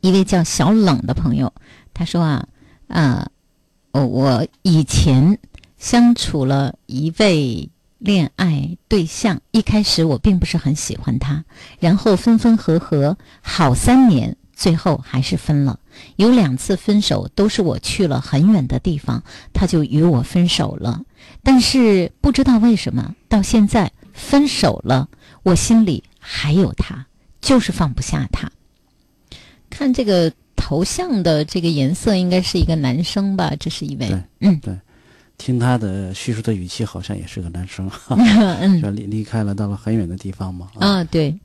一位叫小冷的朋友，他说啊，啊、呃，我以前相处了一位恋爱对象，一开始我并不是很喜欢他，然后分分合合好三年，最后还是分了。有两次分手都是我去了很远的地方，他就与我分手了。但是不知道为什么，到现在分手了，我心里还有他，就是放不下他。看这个头像的这个颜色，应该是一个男生吧？这是一位，对嗯，对，听他的叙述的语气，好像也是个男生，哈哈 嗯说离离开了，到了很远的地方嘛。啊，啊，对，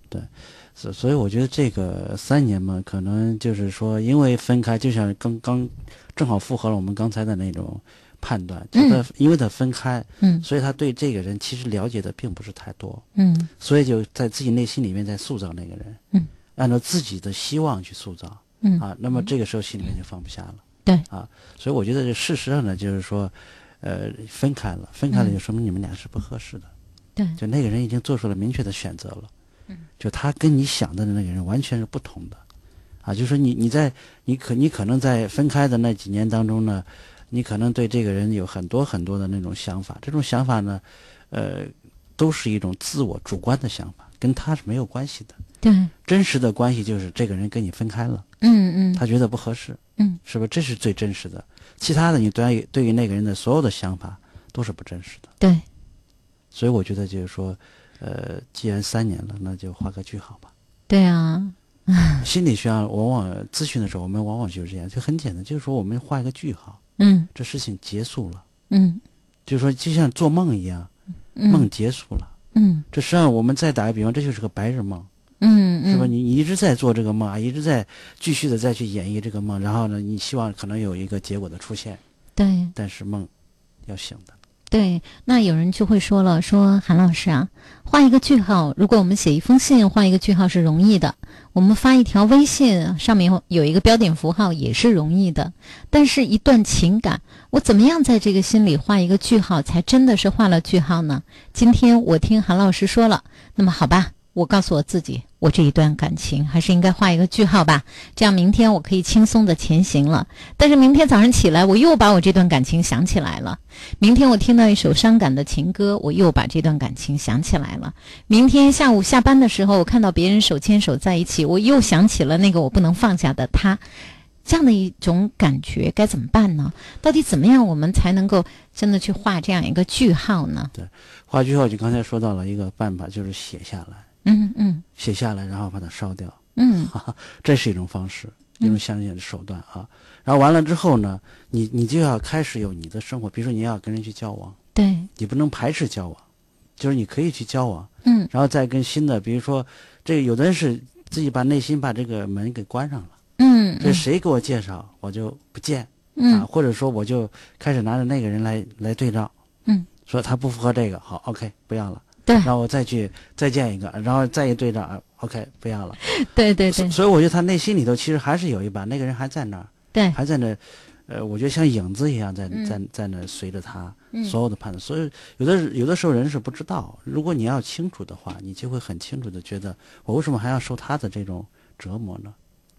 所、所以我觉得这个三年嘛，可能就是说，因为分开，就像刚刚正好符合了我们刚才的那种判断，就嗯他、因为他分开，嗯所以他对这个人其实了解的并不是太多，嗯所以就在自己内心里面在塑造那个人，嗯，按照自己的希望去塑造。嗯啊，那么这个时候心里面就放不下了。对啊，所以我觉得事实上呢，就是说，呃，分开了，分开了嗯就说明你们俩是不合适的。对就那个人已经做出了明确的选择了，嗯就他跟你想的那个人完全是不同的，啊，就是说你你在你可你可能在分开的那几年当中呢，你可能对这个人有很多很多的那种想法，这种想法呢，呃，都是一种自我主观的想法，跟他是没有关系的。对，真实的关系就是这个人跟你分开了，嗯嗯他觉得不合适，嗯，是吧？这是最真实的，其他的你对于对于那个人的所有的想法都是不真实的。对，所以我觉得就是说，呃，既然三年了，那就画个句号吧。对啊，心理学啊，往往咨询的时候，我们往往就是这样，就很简单，就是说我们画一个句号，嗯这事情结束了，嗯就是说就像做梦一样，嗯，梦结束了。嗯这实际上我们再打个比方，这就是个白日梦，嗯嗯，是吧？你你一直在做这个梦啊，一直在继续的再去演绎这个梦，然后呢，你希望可能有一个结果的出现，对。但是梦要醒的。对，那有人就会说了，说韩老师啊，画一个句号。如果我们写一封信，画一个句号是容易的；我们发一条微信，上面有有一个标点符号也是容易的。但是，一段情感，我怎么样在这个心里画一个句号，才真的是画了句号呢？今天我听韩老师说了，那么好吧，我告诉我自己，我这一段感情还是应该画一个句号吧，这样明天我可以轻松的前行了。但是明天早上起来，我又把我这段感情想起来了。明天我听到一首伤感的情歌，我又把这段感情想起来了。明天下午下班的时候，我看到别人手牵手在一起，我又想起了那个我不能放下的他。这样的一种感觉该怎么办呢？到底怎么样我们才能够真的去画这样一个句号呢？画句号就刚才说到了一个办法，就是写下来，嗯嗯写下来，然后把它烧掉。嗯这是一种方式，嗯一种相应的手段啊。然后完了之后呢，你你就要开始有你的生活，比如说你要跟人去交往，对，你不能排斥交往，就是你可以去交往，嗯然后再跟新的，比如说这个有的人是自己把内心把这个门给关上了，嗯这谁给我介绍我就不见啊，嗯或者说我就开始拿着那个人来来对照，嗯，说他不符合这个，好，OK，不要了。对然后我再去再见一个，然后再一对照啊，OK，不要了。对对所对所以我觉得他内心里头其实还是有一把，那个人还在那儿，对，还在那儿，呃，我觉得像影子一样在、嗯在在那儿随着他嗯所有的判断。所以有的有的时候人是不知道，如果你要清楚的话，你就会很清楚的觉得我为什么还要受他的这种折磨呢？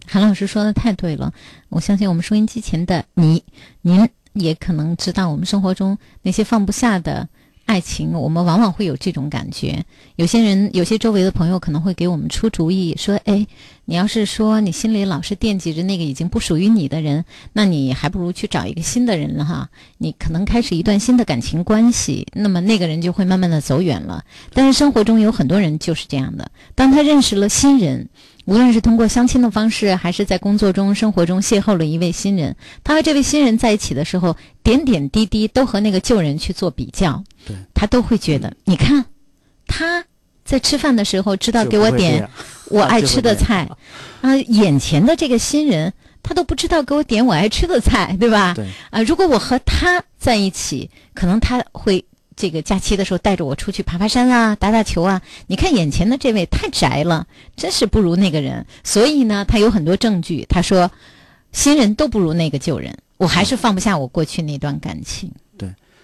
韩老师说的太对了，我相信我们收音机前的你，您也可能知道，我们生活中那些放不下的爱情，我们往往会有这种感觉。有些人，有些周围的朋友可能会给我们出主意，说：“哎，你要是说你心里老是惦记着那个已经不属于你的人，那你还不如去找一个新的人了哈。你可能开始一段新的感情关系，那么那个人就会慢慢的走远了。但是生活中有很多人就是这样的，当他认识了新人，无论是通过相亲的方式，还是在工作中、生活中邂逅了一位新人，他和这位新人在一起的时候，点点滴滴都和那个旧人去做比较，对嗯他都会觉得，你看，他在吃饭的时候知道就给不我会这点样，我爱就吃会的这样菜，啊，眼前的这个新人，他都不知道给我点我爱吃的菜，对吧？对啊，如果我和他在一起，可能他会这个假期的时候带着我出去爬爬山啊，打打球啊。你看眼前的这位太宅了，真是不如那个人。所以呢，他有很多证据，他说新人都不如那个旧人，我还是放不下我过去那段感情。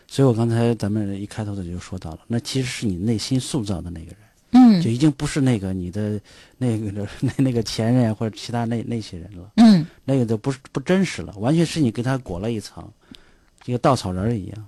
所以我刚才咱们一开头的就说到了，那其实是你内心塑造的那个人，嗯就已经不是那个你的 那个那那个前任啊或者其他那那些人了，嗯，那个就不是不真实了，完全是你给他裹了一层，一个稻草人儿一样。